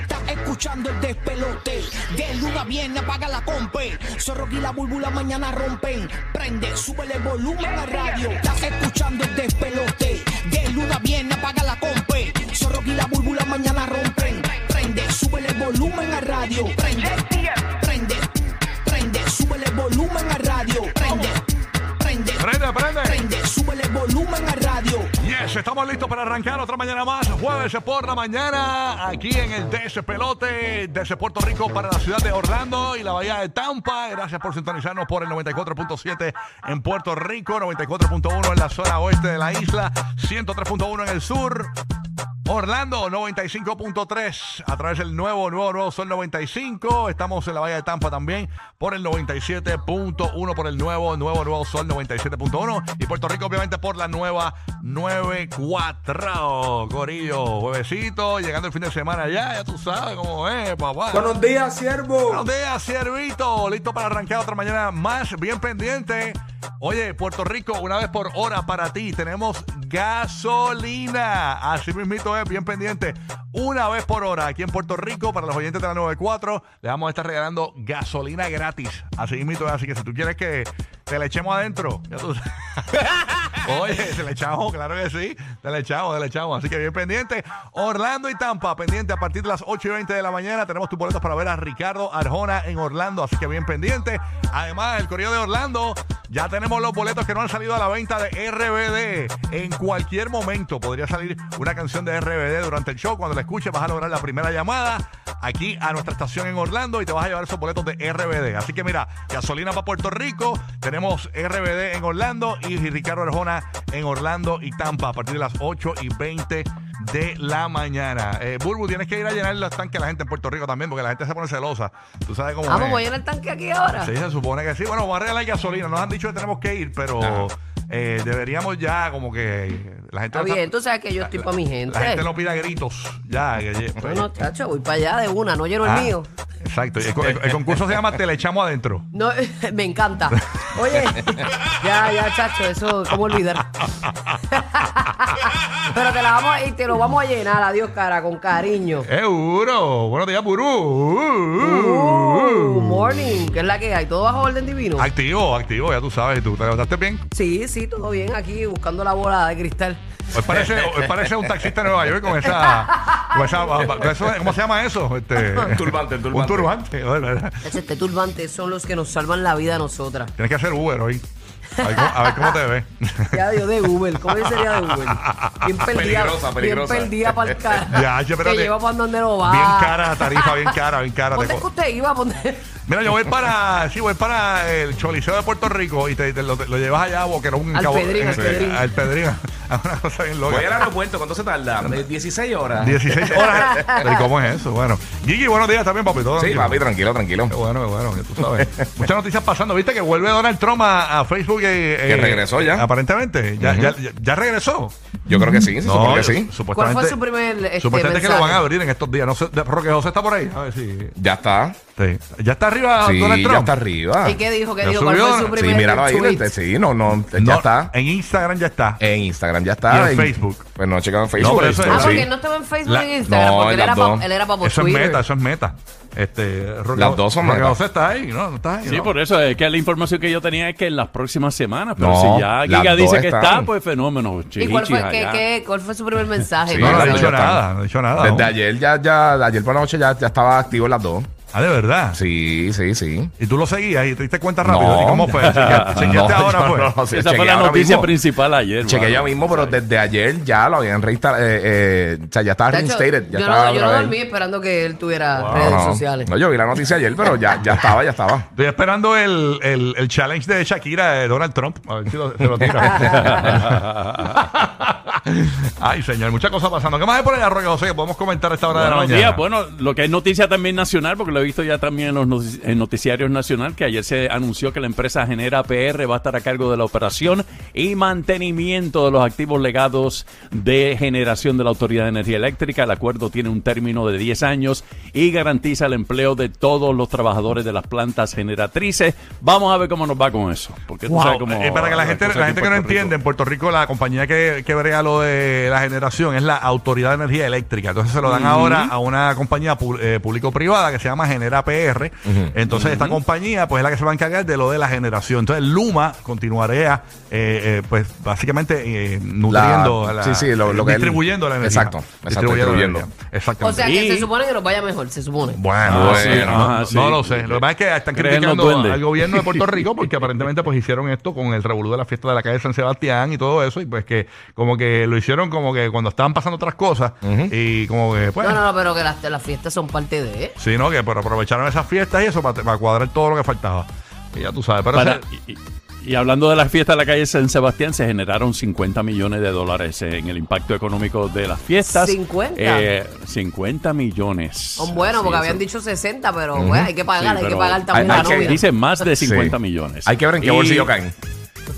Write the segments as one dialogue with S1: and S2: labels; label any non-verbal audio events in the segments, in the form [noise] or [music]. S1: Estás escuchando el despelote. De luna viene, apaga la compe. Zorro y la búlbula mañana rompen. Prende, sube el volumen a radio. Estás escuchando el despelote. De luna viene, apaga la compe. Zorro y la búlbula mañana rompen. Prende, sube el volumen a radio. Prende, prende, prende, sube el volumen a radio. Prende, prende,
S2: Prende, prende.
S1: prende, sube el volumen a radio.
S2: Yes, estamos listos para arrancar otra mañana más, jueves por la mañana, aquí en el DS Pelote, desde Puerto Rico para la ciudad de Orlando y la bahía de Tampa. Gracias por sintonizarnos por el 94.7 en Puerto Rico, 94.1 en la zona oeste de la isla, 103.1 en el sur. Orlando 95.3 a través del nuevo, nuevo, nuevo Sol 95. Estamos en la Bahía de Tampa también por el 97.1 por el nuevo, nuevo, nuevo Sol 97.1 y Puerto Rico obviamente por la nueva 94. Corillo, huevecito, llegando el fin de semana ya, ya tú sabes cómo es, papá.
S3: Buenos días, siervo.
S2: Buenos días, Ciervito. Listo para arrancar otra mañana más. Bien pendiente. Oye, Puerto Rico, una vez por hora para ti. Tenemos gasolina. Así mismito es, bien pendiente. Una vez por hora aquí en Puerto Rico, para los oyentes de la 94, le vamos a estar regalando gasolina gratis. Así mismito es. Así que si tú quieres que te le echemos adentro, ya tú sabes. Oye, se le echamos, claro que sí. Se le echamos, se le echamos. Así que bien pendiente. Orlando y Tampa, pendiente a partir de las 8 y 20 de la mañana. Tenemos tus boletos para ver a Ricardo Arjona en Orlando. Así que bien pendiente. Además, el Correo de Orlando, ya tenemos los boletos que no han salido a la venta de RBD. En cualquier momento podría salir una canción de RBD durante el show. Cuando la escuches, vas a lograr la primera llamada aquí a nuestra estación en Orlando y te vas a llevar esos boletos de RBD. Así que mira, gasolina para Puerto Rico, tenemos RBD en Orlando y Ricardo Arjona en Orlando y Tampa a partir de las 8 y 20 de la mañana. Eh, Burbu, tienes que ir a llenar los tanques a la gente en Puerto Rico también porque la gente se pone celosa. Tú sabes cómo
S4: Vamos,
S2: es.
S4: Ah, pues voy en el tanque aquí ahora.
S2: Sí, se supone que sí. Bueno, vamos a regalar gasolina. Nos han dicho que tenemos que ir, pero eh, deberíamos ya como que la gente...
S4: Está bien, tú sabes que yo estoy para mi gente.
S2: La gente no pida gritos. Ya, que-
S4: No, no, chacho, voy para allá de una, no lleno el
S2: Ah,
S4: mío.
S2: Exacto. El, el- el concurso se llama Te le echamos adentro.
S4: No, [laughs] me encanta.
S2: [laughs]
S4: Oye, ya, ya, chacho, eso, ¿cómo olvidar? [laughs] Pero te la vamos a, y te lo vamos a llenar, adiós, cara, con cariño.
S2: ¡Euro! Eh, Buenos días,
S4: Uh,
S2: Burú.
S4: morning, que es la que hay, todo bajo orden divino.
S2: Activo, activo, ya tú sabes. ¿Tú te levantaste bien?
S4: Sí, sí, todo bien aquí, buscando la bola de cristal.
S2: Hoy parece, hoy parece un taxista de Nueva York con esa. Con esa con eso- ¿Cómo se llama eso? Este,
S3: turbante, el turbante.
S2: Un turbante. bueno, ¿verdad?
S4: Chacho, Este turbante son los que nos salvan la vida a nosotras.
S2: Tienes que hacer Uber hoy. A ver cómo, a ver cómo te ves.
S4: Ya dio de Uber, ¿cómo yo sería de
S2: [laughs]
S4: Uber? Bien perdida,
S3: Peligrosa, peligrosa.
S4: Bien perdida para el cara.
S2: [laughs] Ya, che, espérate.
S4: Que lleva para donde no va.
S2: Bien cara la tarifa, bien cara, bien cara.
S4: ¿Dónde
S2: Te
S4: es que
S2: co-
S4: usted iba? ¿Dónde?
S2: Mira, yo voy para, sí, voy para el Choliseo de Puerto Rico y te, te lo, te lo llevas allá a Boquerón. en
S4: Al
S2: Cabo-
S4: Pedrín,
S2: en-
S4: al Pedrín.
S2: Al Pedrín. A [laughs] una cosa bien loca.
S3: Voy al aeropuerto, ¿cuánto se tarda? De 16 horas.
S5: [laughs]
S2: 16 horas. Pero, ¿y ¿Cómo es eso? Bueno. Gigi, buenos días también, papi. Todo
S5: Sí,
S2: tranquilo.
S5: papi, tranquilo, tranquilo.
S2: Qué bueno, qué bueno, que tú sabes. Muchas noticias pasando. ¿Viste que vuelve Donald Trump a, a Facebook? eh,
S5: Que
S2: eh,
S5: regresó ya.
S2: Aparentemente. ¿Ya,
S5: Ujú.
S2: ya, ya- ya regresó?
S5: Yo creo que sí, se supone
S2: yo-
S5: que sí.
S2: Supuestamente,
S4: ¿Cuál fue su primer, este,
S2: supuestamente que lo
S4: mensaje?
S2: van a abrir en estos días. No sé, de- Roque José está por ahí. A ver si...
S5: Ya está.
S2: Sí. Ya está arriba
S3: Ah, Sí,
S2: Ah, Donald Trump.
S3: ya está arriba.
S4: ¿Y qué dijo? ¿Qué
S2: Ah. Ya
S4: dijo? ¿Cuál fue
S2: subió. Sí,
S4: su
S3: Sí,
S4: primer
S3: míralo ahí.
S4: tweet?
S3: este, Sí, no, no,
S2: No,
S3: ya está.
S2: En Instagram ya está.
S3: En Instagram ya
S2: Y
S3: está.
S2: en
S3: En-
S2: Facebook.
S3: Pues no, checa en Facebook.
S2: por eso es.
S4: Ah,
S2: Sí.
S4: porque él no estaba en Facebook
S2: La-
S4: ni en Instagram,
S3: no,
S4: porque él
S3: las
S4: era,
S3: dos.
S4: pa- él era papo
S2: Eso
S4: Twitter.
S2: es meta, eso es meta. Este, Roque-
S3: Las dos son
S2: Roque
S3: meta.
S2: José está ahí, ¿no? No está ahí,
S5: Sí,
S2: ¿no?
S5: por eso es que la información que yo tenía es que en las próximas semanas, pero
S3: No,
S5: si ya
S3: las
S5: Giga
S3: dos
S5: dice que
S3: están.
S5: está, pues fenómeno.
S4: ¿Y cuál fue,
S5: chichichis
S4: qué-
S5: allá.
S4: qué- cuál fue su primer mensaje?
S3: Sí,
S2: No, no,
S3: las
S2: no
S3: dos
S2: ha dicho
S3: ya están.
S2: nada, no ha dicho nada.
S3: Desde
S2: ¿no?
S3: ayer ya, ya, ayer por la noche ya, ya estaba activo en las dos.
S2: Ah, de verdad.
S3: Sí, sí, sí.
S2: Y tú lo seguías y te diste cuenta rápido. ¿Y cómo
S3: [laughs]
S2: fue? Chequea-
S3: No,
S2: Chequeaste
S3: yo
S2: ahora, pues.
S3: no lo sé,
S5: Esa fue
S3: chequeé
S5: la
S3: ahora
S5: noticia
S3: mismo.
S5: principal ayer.
S3: Chequé
S5: mano.
S3: yo mismo, pero desde ayer ya lo habían reinstallado. o sea, ya estaba
S4: Tacho,
S3: reinstated. Ya
S4: yo
S3: estaba
S4: no, yo
S3: otra
S4: no
S3: vez.
S4: dormí esperando que él tuviera
S3: No,
S4: redes
S3: no.
S4: sociales.
S3: No, yo vi la noticia ayer, pero ya, ya estaba, ya estaba.
S2: Estoy esperando el, el, el challenge de Shakira de Donald Trump. A ver si lo, se lo
S3: [laughs]
S2: tira. [laughs] Ay, señor, muchas cosas pasando. ¿Qué más hay por allá, Roque José? Que podemos comentar a esta hora
S5: Buenos
S2: de la mañana.
S5: días. Bueno, lo que es noticia también nacional, porque lo he visto ya también en los notici- en noticiarios nacional, que ayer se anunció que la empresa Genera PR va a estar a cargo de la operación y mantenimiento de los activos legados de generación de la Autoridad de Energía Eléctrica. El acuerdo tiene un término de 10 años y garantiza el empleo de todos los trabajadores de las plantas generatrices. Vamos a ver cómo nos va con eso. Porque tú sabes cómo
S2: Eh, para que la gente,
S5: cosa
S2: la
S5: aquí
S2: gente que no
S5: en Puerto Rico.
S2: entiende, en Puerto Rico la compañía que, que brega lo de la generación es la Autoridad de Energía Eléctrica. Entonces se lo dan ahora a una compañía pu- eh, público-privada que se llama Genera PR. Entonces esta compañía pues es la que se va a encargar de lo de la generación. Entonces Luma continuaría eh, eh, pues básicamente eh, nutriendo,
S3: La-
S2: a la-
S3: sí, sí, lo- lo que es-
S2: distribuyendo la energía.
S3: Exacto, exacto,
S2: la
S3: distribuyendo.
S2: energía. Exactamente.
S4: O sea, que
S5: Sí.
S4: se supone que nos vaya mejor, se supone.
S2: Bueno,
S3: Ah,
S2: sí,
S3: bueno,
S2: no,
S5: ajá,
S2: no,
S5: sí.
S2: no lo sé. Lo que pasa es que están
S5: Creen los
S2: criticando
S5: duendes.
S2: al
S5: [laughs]
S2: gobierno de Puerto Rico porque aparentemente pues hicieron esto con el revolú de la fiesta de la calle San Sebastián y todo eso y pues que como que lo hicieron como que cuando estaban pasando otras cosas y como que pues...
S4: No, no, no, pero que las, las fiestas son parte de...
S2: Sí, no, que pero aprovecharon esas fiestas y eso para, para cuadrar todo lo que faltaba. Y ya tú sabes, pero...
S5: Para-
S2: ese-
S5: y, y- y hablando de las fiestas de la calle San Sebastián, se generaron 50 millones de dólares en el impacto económico de las fiestas.
S4: 50.
S5: Eh, 50 millones.
S4: Son buenos,
S5: Así
S4: porque
S5: es.
S4: habían dicho 60, pero bueno, hay que
S5: Sí,
S4: pagar, hay que
S5: pero
S4: pagar también
S3: hay
S4: la
S3: que-
S4: novia.
S5: Dice más de 50
S3: Sí.
S5: millones.
S3: Hay que ver en qué
S5: Y-
S3: bolsillo caen.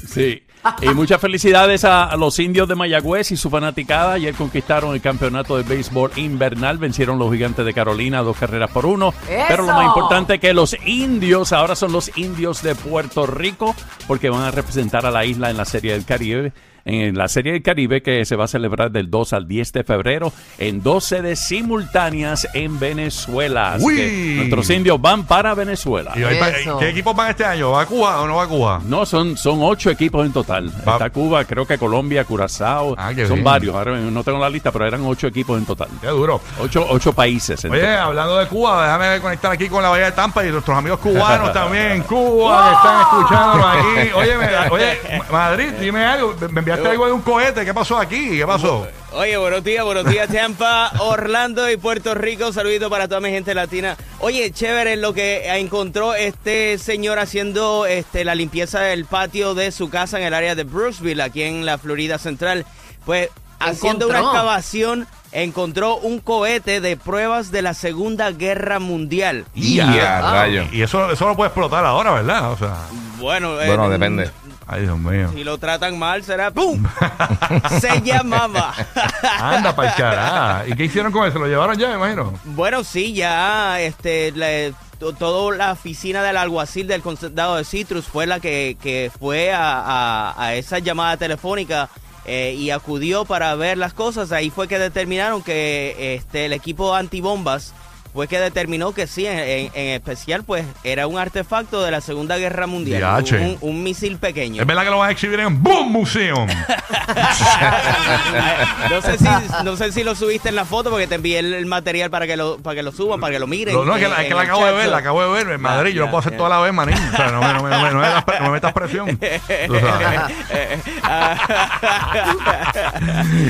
S5: Sí. Y muchas felicidades a, a los indios de Mayagüez y su fanaticada. Ayer conquistaron el campeonato de béisbol invernal. Vencieron los gigantes de Carolina dos carreras por uno.
S4: ¡Eso!
S5: Pero lo más importante es que los indios ahora son los indios de Puerto Rico porque van a representar a la isla en la Serie del Caribe. En la Serie del Caribe que se va a celebrar del 2 al 10 de febrero en dos sedes simultáneas en Venezuela. Así
S2: ¡Uy!
S5: que nuestros indios van para Venezuela.
S2: y ahí pa-
S4: Eso.
S2: ¿Qué equipos van este año? ¿Va a Cuba o no va a Cuba?
S5: No, son, son ocho equipos en total.
S2: Va-
S5: Está Cuba, creo que Colombia, Curazao.
S2: Ah, qué
S5: son
S2: bien.
S5: varios. Ahora mismo no tengo la lista, pero eran ocho equipos en total.
S2: Qué duro.
S5: Ocho, ocho países. en
S2: Oye,
S5: total.
S2: hablando de Cuba, déjame conectar aquí con la Bahía de Tampa y nuestros amigos cubanos también en Cuba que están escuchándonos aquí. Oye, me- oye, Madrid, dime algo. Me enviaste algo de un cohete. ¿Qué pasó aquí? ¿Qué pasó?
S6: Oye, buenos días, buenos días, Tampa, Orlando y Puerto Rico. Un saludito para toda mi gente latina. Oye, chévere lo que encontró este señor haciendo este, la limpieza del patio de su casa en el área de Brooksville, aquí en la Florida Central. Pues haciendo una
S4: Encontró.
S6: excavación, encontró un cohete de pruebas de la Segunda Guerra Mundial.
S3: Y a rayo.
S2: Y eso, eso lo puede explotar ahora, ¿verdad? O sea,
S6: Bueno, eh,
S3: Bueno, depende.
S2: ay, Dios mío.
S6: Si lo tratan mal, será ¡pum! [laughs] Se llamaba.
S2: Anda para ¿Y qué hicieron con él? ¿Se lo llevaron ya, me imagino?
S6: Bueno, sí, ya este, la- to- toda la oficina del alguacil del condado de Citrus fue la que, que fue a, a- a esa llamada telefónica eh, y acudió para ver las cosas. Ahí fue que determinaron que este, el equipo antibombas fue que determinó que sí, en, en- en especial, pues era un artefacto de la Segunda Guerra Mundial.
S2: Diache.
S6: Un, un misil pequeño.
S2: Es verdad que lo van a exhibir en Boom
S6: [laughs]
S2: Museum.
S6: no, sé si, no sé si lo subiste en la foto porque te envié el, el material para que lo, para que lo suban, para que lo miren.
S2: No, no, es que,
S6: en-
S2: la, es que
S6: en
S2: la
S6: el
S2: acabo de
S6: chat.
S2: ver, la acabo de ver en Madrid. yo
S6: ya,
S2: no puedo hacer
S6: ya.
S2: toda la vez, manín. O sea, no, me- no me- no me- no me das pre- no me metas
S6: [laughs]
S2: presión. Tú sabes.
S6: Eh, ah.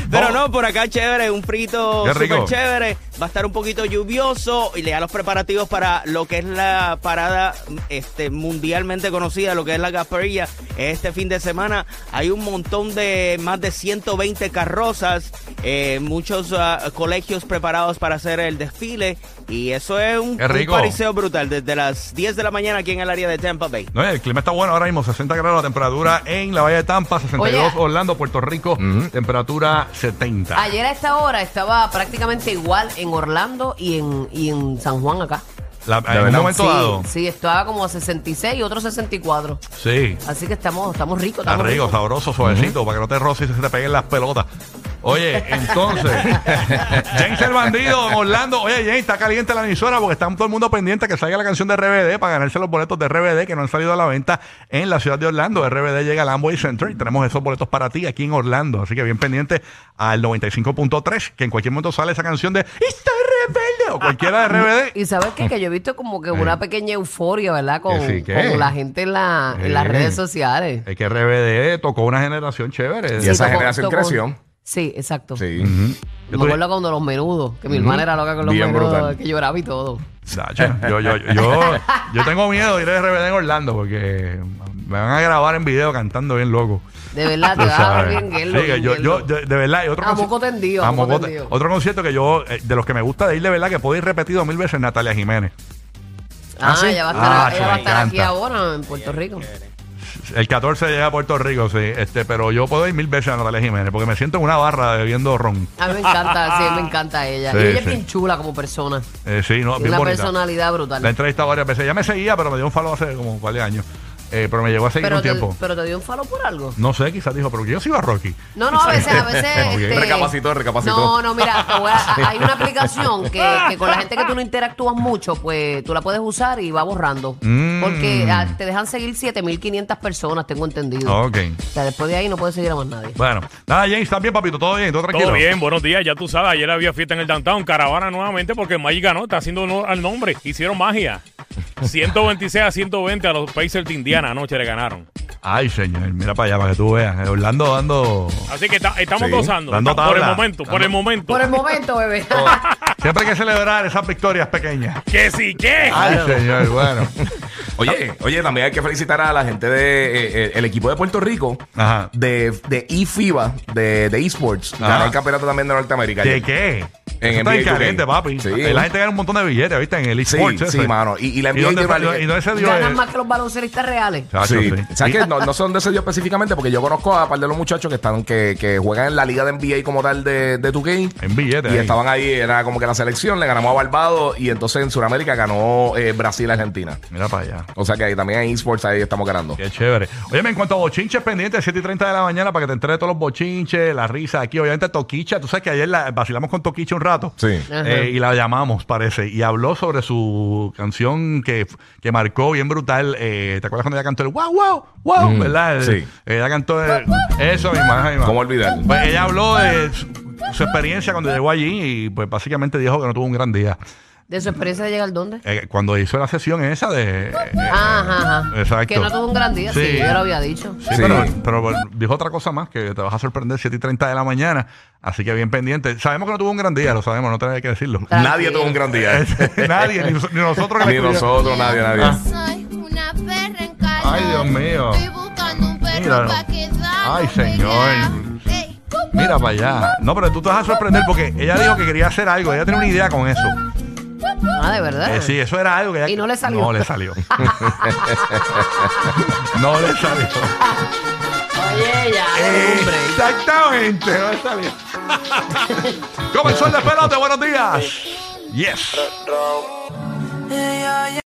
S6: [laughs] Pero no, por acá chévere, un frito
S2: Qué rico.
S6: súper chévere. Va a estar un poquito lluvioso y le da los preparativos para lo que es la parada este, mundialmente conocida, lo que es la Gasparilla. Este fin de semana hay un montón de más de 120 carrozas, eh, muchos ah, colegios preparados para hacer el desfile. Y eso es un,
S2: Qué
S6: un
S2: rico.
S6: pariseo brutal desde las 10 de la mañana aquí en el área de Tampa Bay.
S2: No, el clima está bueno ahora mismo, 60 grados la temperatura en la Bahía de Tampa, 62
S4: Oye.
S2: Orlando, Puerto Rico, temperatura 70.
S4: Ayer a esta hora estaba prácticamente igual en Orlando y en, y en San Juan acá.
S2: La-
S3: ¿De
S2: en un
S3: verdad?
S2: momento dado.
S4: Sí, estaba como 66 y otro 64.
S2: Sí.
S4: Así que estamos, estamos ricos.
S2: Está
S4: Estamos
S2: rico,
S4: ricos.
S2: sabroso, suavecito, para que no te roces y se te peguen las pelotas. Oye, entonces, James el bandido en Orlando. Oye, James, está caliente la emisora porque está todo el mundo pendiente que salga la canción de RBD para ganarse los boletos de RBD que no han salido a la venta en la ciudad de Orlando. RBD llega al Amway Center y tenemos esos boletos para ti aquí en Orlando. Así que bien pendiente al 95.3, que en cualquier momento sale esa canción de Está rebelde o cualquiera de RBD.
S4: Y sabes qué? que yo he visto como que una pequeña euforia, ¿verdad? Con,
S2: Que sí, que-
S4: con la gente en, la, en las
S2: Sí.
S4: redes sociales.
S2: Es que RBD tocó una generación chévere. ¿eh?
S3: Y esa
S4: tocó-
S3: generación
S4: tocó-
S3: creció.
S4: Sí, exacto.
S3: Sí.
S4: Me acuerdo cuando los menudos, que mi hermana era loca con los
S3: Bien
S4: menudos,
S3: brutal.
S4: que lloraba y todo.
S2: Nacho, yo, yo, yo, yo tengo miedo de ir a RBD en Orlando porque me van a grabar en video cantando bien loco. [laughs]
S4: De verdad, te
S2: Tú
S4: vas a ver
S2: sabes.
S4: bien guerlo,
S2: Sí, que
S4: bien
S2: yo,
S4: guerlo.
S2: yo, yo- de verdad, y otro
S4: A
S2: conci-
S4: moco tendido, a
S2: a
S4: moco
S2: moco te-
S4: tendido.
S2: Otro concierto que yo, eh, de los que me gusta de ir de verdad, que puedo ir repetido mil veces, Natalia Jiménez.
S4: Ah,
S2: ¿Ah, sí?
S4: ella va a estar,
S2: Ah,
S4: ella va a
S2: me
S4: estar aquí
S2: encanta.
S4: ahora en Puerto Rico.
S2: El 14 llega a Puerto Rico, sí, este, pero yo puedo ir mil veces a Natalia Jiménez porque me siento en una barra bebiendo ron.
S4: A mí me encanta, sí, me encanta ella.
S2: Sí,
S4: y ella es
S2: sí.
S4: bien chula como persona.
S2: Eh, sí, no,
S4: Tiene
S2: bien
S4: una
S2: bonita.
S4: personalidad
S2: La he
S4: brutal.
S2: entrevistado varias veces. Ya me seguía, pero me dio un follow hace como un par de años. Eh, pero me llegó a seguir
S4: Pero
S2: un
S4: te,
S2: tiempo.
S4: pero te dio un falo por algo.
S2: No sé, quizás dijo, pero que yo sigo a Rocky.
S4: No, no, a veces,
S2: [laughs]
S4: a veces.
S2: Ok.
S4: este,
S3: Recapacitó, recapacitó.
S4: No, no, mira, te
S2: [laughs]
S4: voy a- hay una aplicación que, que con la gente que tú no interactúas mucho, pues tú la puedes usar y va borrando.
S2: Mm.
S4: Porque ah, te dejan seguir 7500 personas, tengo entendido.
S2: Ok.
S4: O sea, después de ahí no puedes seguir a más nadie.
S2: Bueno, nada, James, también, papito, todo bien, todo tranquilo.
S7: Todo bien, buenos días. Ya tú sabes, ayer había fiesta en el downtown. Caravana nuevamente porque Magic ganó, está haciendo honor al nombre. Hicieron
S2: [laughs]
S7: magia. 126 a 120 a los Pacers de Indiana anoche le ganaron.
S2: Ay, señor, mira para allá, para que tú veas. eh, Orlando dando.
S7: Así que está- estamos
S3: Sí,
S7: gozando.
S2: dando
S7: por el
S2: tabla.
S7: momento, por el momento.
S4: Por el momento,
S2: [laughs]
S4: bebé.
S2: Siempre hay que celebrar esas victorias pequeñas.
S7: Que sí, que.
S2: Ay, señor,
S3: [laughs]
S2: bueno.
S3: Oye, oye, también hay que felicitar a la gente de eh, eh, el equipo de Puerto Rico
S2: Ajá.
S3: de, de eFIBA, de, de eSports.
S2: Ajá.
S3: Ganó el campeonato también de Norteamérica.
S2: ¿De qué?
S3: En
S2: Eso está
S3: NBA
S2: bien caliente,
S3: 2K.
S2: papi.
S3: Sí.
S2: La gente gana un montón de billetes, ¿viste? En el
S3: Sí,
S2: eSports.
S3: sí,
S2: ese.
S3: mano. Y- y la
S2: ¿Y
S3: NBA
S2: dónde,
S3: lleva-
S2: fue- y dónde se dio
S4: Ganan
S2: el-
S4: más que los baloncelistas reales.
S2: Chacho,
S3: Sí.
S2: sí.
S3: ¿Sabes qué? No, no sé dónde se dio específicamente porque yo conozco a par de los muchachos que están que, que juegan en la liga de NBA como tal de, de 2K.
S2: En billetes.
S3: Y
S2: ahí.
S3: estaban ahí, era como que la selección, le ganamos a Barbados y entonces en Sudamérica ganó eh, Brasil Argentina.
S2: Mira para allá.
S3: O sea que ahí también en esports ahí estamos ganando.
S2: Qué chévere. Oye, en cuanto a bochinches pendientes, 7 y 30 de la mañana para que te enteres de todos los bochinches, la risa aquí. Obviamente, Toquicha, tú sabes que ayer la- vacilamos con Toquicha un rato.
S3: Sí.
S4: Ajá.
S2: Eh, y la llamamos, parece. Y habló sobre su canción que, que marcó bien brutal. eh, ¿Te acuerdas cuando ella cantó el wow, wow, wow?
S3: Mm,
S2: ¿Verdad? El-
S3: sí.
S2: Ella cantó el- eso mismo. esa misma.
S3: ¿Cómo olvidar?
S2: Pues ella habló de su, su experiencia cuando llegó allí y pues básicamente dijo que no tuvo un gran día.
S4: ¿De su experiencia de llegar dónde?
S2: Eh, cuando hizo la sesión esa de... eh,
S4: Ah, Ajá, ajá.
S2: Exacto.
S4: Que no tuvo un gran día, sí,
S2: Sí.
S4: yo lo había dicho.
S2: Sí,
S3: Sí.
S2: Pero, pero dijo otra cosa más que te vas a sorprender 7 y 30 de la mañana. Así que bien pendiente. Sabemos que no tuvo un gran día, lo sabemos, no tenía que decirlo.
S3: Nadie tuvo un gran día.
S2: [laughs] Nadie, ni, ni nosotros que
S3: Ni
S2: le Ah. escuchamos.
S3: nosotros, nadie, nadie.
S8: Soy una perra en casa.
S2: Ay, Dios mío.
S8: Estoy buscando un perro
S2: Míralo.
S8: para quedar.
S2: Ay, señor.
S8: Ey,
S2: Mira para allá. No, pero tú te vas a sorprender porque ella dijo que quería hacer algo. Ella tenía una idea con eso.
S4: Ah, de verdad.
S2: Eh, sí, eso era algo que ella...
S4: Y no le salió.
S2: No le
S4: [laughs]
S2: salió. no le salió.
S4: Oye, ya, dale un break.
S2: Exactamente, no le
S4: [laughs]
S2: salió. Comenzó el despelote, buenos días. Yes.